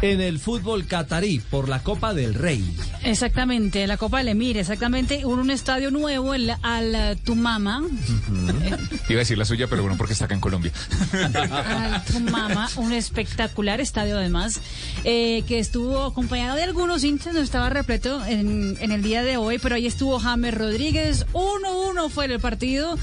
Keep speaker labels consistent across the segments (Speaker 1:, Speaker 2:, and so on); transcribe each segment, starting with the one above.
Speaker 1: en el fútbol catarí por la Copa del Rey.
Speaker 2: Exactamente, la Copa del Emir, exactamente. Un, un estadio nuevo, el Al Tumama.
Speaker 3: Iba a decir la suya, pero bueno, porque está acá en Colombia.
Speaker 2: Al Tumama, un espectacular estadio además, eh, que estuvo acompañado de algunos hinchas, no estaba repleto en, en el día de hoy, pero ahí estuvo James Rodríguez. 1-1 fue el partido.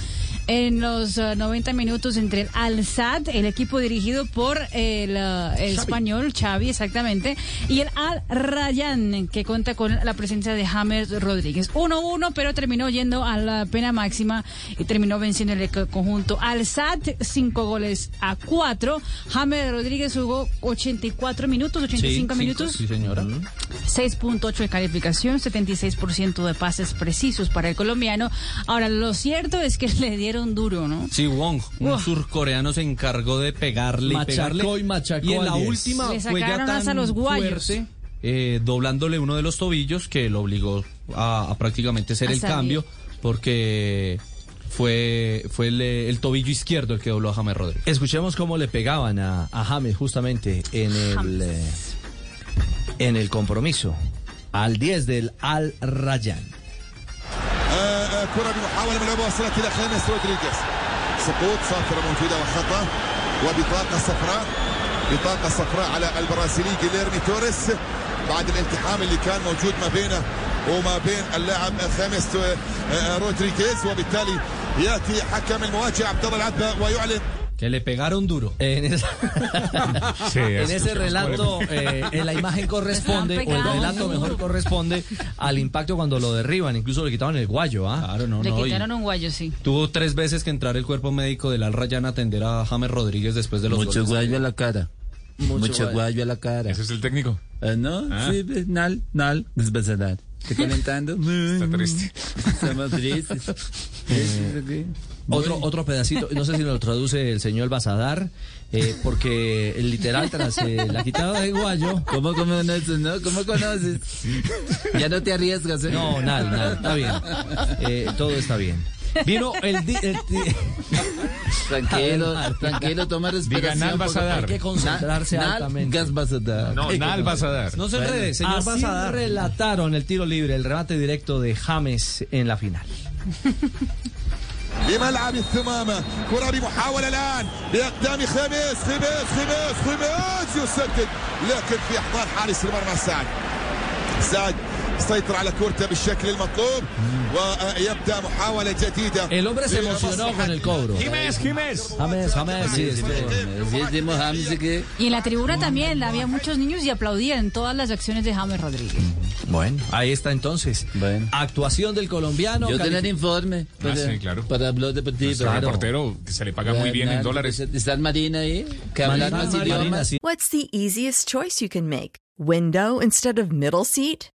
Speaker 2: En los eh, 90 minutos entre el Al-Sad, el equipo dirigido por el, eh, el español Xavi, exactamente, y el Al-Rayan, que cuenta con la presencia de James Rodríguez. 1-1, pero terminó yendo a la pena máxima y terminó venciendo el co- conjunto Al-Sad, 5 goles a 4. James Rodríguez jugó 84 minutos, 85 minutos.
Speaker 1: Sí, señora.
Speaker 2: 6.8 de calificación, 76% de pases precisos para el colombiano. Ahora, lo cierto es que le dieron duro, ¿no?
Speaker 4: Sí, Wong, un surcoreano se encargó de pegarle y
Speaker 1: Machacó
Speaker 4: pegarle.
Speaker 1: y machacó
Speaker 4: Y en la
Speaker 1: al diez.
Speaker 4: última
Speaker 2: Le
Speaker 4: juega
Speaker 2: sacaron
Speaker 4: tan
Speaker 2: hasta los guayos.
Speaker 4: fuerte, eh, doblándole uno de los tobillos que lo obligó a, a prácticamente hacer
Speaker 2: A
Speaker 4: el
Speaker 2: salir.
Speaker 4: cambio porque fue, fue el, eh, el tobillo izquierdo el que dobló a James Rodríguez.
Speaker 1: Escuchemos cómo le pegaban a, a James justamente en el, eh, en el compromiso al 10 del Al Rayyan.
Speaker 5: آه، آه، كرة محاولة من المواصلة إلى خامس رودريغيز سقوط صافرة موجودة وخطأ وبطاقة صفراء بطاقة صفراء على البرازيلي جيليرمي توريس بعد الالتحام اللي كان موجود ما بينه وما بين اللاعب خامس آه، آه، رودريغيز وبالتالي ياتي حكم المواجهه عبد الله العتبه ويعلن
Speaker 4: Que le pegaron duro.
Speaker 1: En, esa-
Speaker 3: Sí,
Speaker 1: en ese
Speaker 3: escuchamos.
Speaker 1: relato, eh, en la imagen corresponde, o el
Speaker 2: pegados,
Speaker 1: relato
Speaker 2: ¿no?
Speaker 1: mejor corresponde al impacto cuando lo derriban, incluso le quitaban el guayo, ¿ah?
Speaker 4: Claro, no,
Speaker 2: le
Speaker 4: no. y
Speaker 2: quitaron un guayo, sí.
Speaker 4: Tuvo tres veces que entrar el cuerpo médico del Al Rayyan a atender a James Rodríguez después de los
Speaker 6: Mucho
Speaker 4: goles.
Speaker 6: guayo a la cara. Mucho, guayo. a la cara.
Speaker 3: Ese es el técnico.
Speaker 6: Ah, ¿No? Sí, pues, nal, nal, desbasadad. ¿Está calentando?
Speaker 3: Está
Speaker 6: Mm.
Speaker 3: triste.
Speaker 6: Estamos tristes.
Speaker 4: Eh.
Speaker 1: Otro, otro pedacito, no sé si nos lo traduce el señor Basadar, eh, porque literal tras eh, la quitada de Guayo...
Speaker 6: ¿Cómo conoces, no? ¿Cómo conoces? Ya no te arriesgas, ¿eh?
Speaker 1: No, nada, nada, está bien. Eh, todo está bien. Vino el... di- el di-
Speaker 6: Tranquilo, tranquilo, toma respiración.
Speaker 3: Diga, nal
Speaker 6: poco-
Speaker 3: vas a dar.
Speaker 1: Hay que concentrarse
Speaker 6: Nal,
Speaker 1: altamente.
Speaker 6: gas vas a dar.
Speaker 3: No, nada vas a dar.
Speaker 4: No se enrede, señor
Speaker 1: Así
Speaker 4: Basadar.
Speaker 1: relataron el tiro libre, el remate directo de James en la final.
Speaker 5: لملعب الثمامه كرة بمحاوله الان باقدام خميس خميس خميس خميس يسدد لكن في احضان حارس المرمى سعد سعد سيطر على كورته بالشكل المطلوب ويبدا محاوله جديده
Speaker 1: El hombre se emocionó con el cobro.
Speaker 3: Jiménez, Jiménez.
Speaker 1: James, James, sí, sí.
Speaker 6: Sí, decimos, Hamza, que...
Speaker 2: Y en la tribuna también había muchos niños y aplaudían todas las acciones de James Rodríguez.
Speaker 1: Bueno, ahí está entonces.
Speaker 6: Bueno.
Speaker 1: Actuación del colombiano.
Speaker 6: Yo
Speaker 1: cali-
Speaker 6: tener informe para,
Speaker 3: Ah, sí, claro.
Speaker 6: para hablar de partido.
Speaker 3: Nuestro reportero que se le paga muy bien en dólares.
Speaker 6: Está Marina ahí, que habla
Speaker 1: Marina,
Speaker 6: más
Speaker 1: Marina,
Speaker 6: idiomas.
Speaker 1: sí.
Speaker 7: What's the easiest choice you can make? Window instead of middle seat?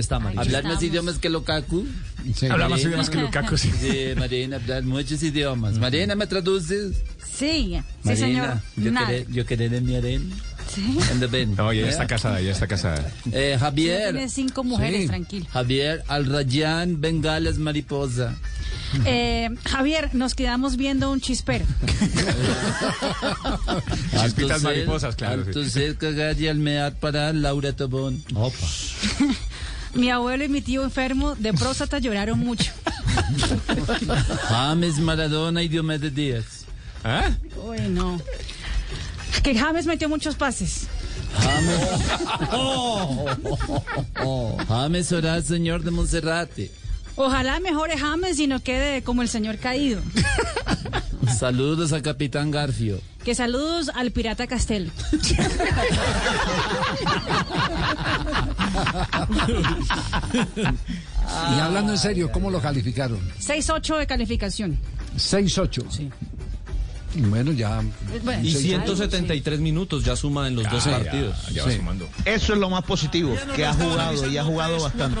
Speaker 1: Está Marina.
Speaker 6: Hablar más
Speaker 2: Estamos.
Speaker 6: idiomas que Lukaku.
Speaker 3: Habla más idiomas que Lukaku. sí.
Speaker 6: Sí, Marina, hablar muchos
Speaker 1: Mm.
Speaker 6: idiomas. Marina, ¿me traduces?
Speaker 2: Sí, sí,
Speaker 6: Marina,
Speaker 2: señor.
Speaker 6: Yo
Speaker 2: Nada.
Speaker 6: querer, yo querer en mi arena. En the bin.
Speaker 3: No, ya
Speaker 6: Yeah.
Speaker 3: está casada, ya está casada.
Speaker 6: Eh, Javier.
Speaker 2: Tiene cinco mujeres,
Speaker 6: Sí.
Speaker 2: tranquilo.
Speaker 6: Javier, al Rayán, Bengalas, Mariposa.
Speaker 2: Eh, Javier, nos quedamos viendo un chispero.
Speaker 3: Chispitas
Speaker 6: Alto Cel,
Speaker 3: mariposas, claro, sí.
Speaker 6: Alto Cel, Cagar y Almear para Laura Tobón.
Speaker 1: Opa.
Speaker 2: Mi abuelo y mi tío enfermo de próstata lloraron mucho.
Speaker 6: James Maradona y Diomedes Díaz.
Speaker 3: ¿Ah?
Speaker 2: Uy, no. Que James metió muchos pases.
Speaker 3: Oh.
Speaker 6: James Orás, señor de Monserrate.
Speaker 2: Ojalá mejore James y no quede como el señor caído.
Speaker 6: Saludos a Capitán Garfio.
Speaker 2: Que saludos al pirata Castel.
Speaker 8: Y hablando en serio, ¿cómo lo calificaron?
Speaker 2: 6-8 de calificación.
Speaker 8: 6-8.
Speaker 2: Sí.
Speaker 8: Bueno, ya.
Speaker 2: Eh, bueno,
Speaker 4: Y
Speaker 2: sí,
Speaker 4: 173 minutos ya suma en los dos
Speaker 3: Ah,
Speaker 4: partidos.
Speaker 3: Ya, ya va sumando.
Speaker 1: Eso es lo más positivo que ha jugado y ha jugado bastante.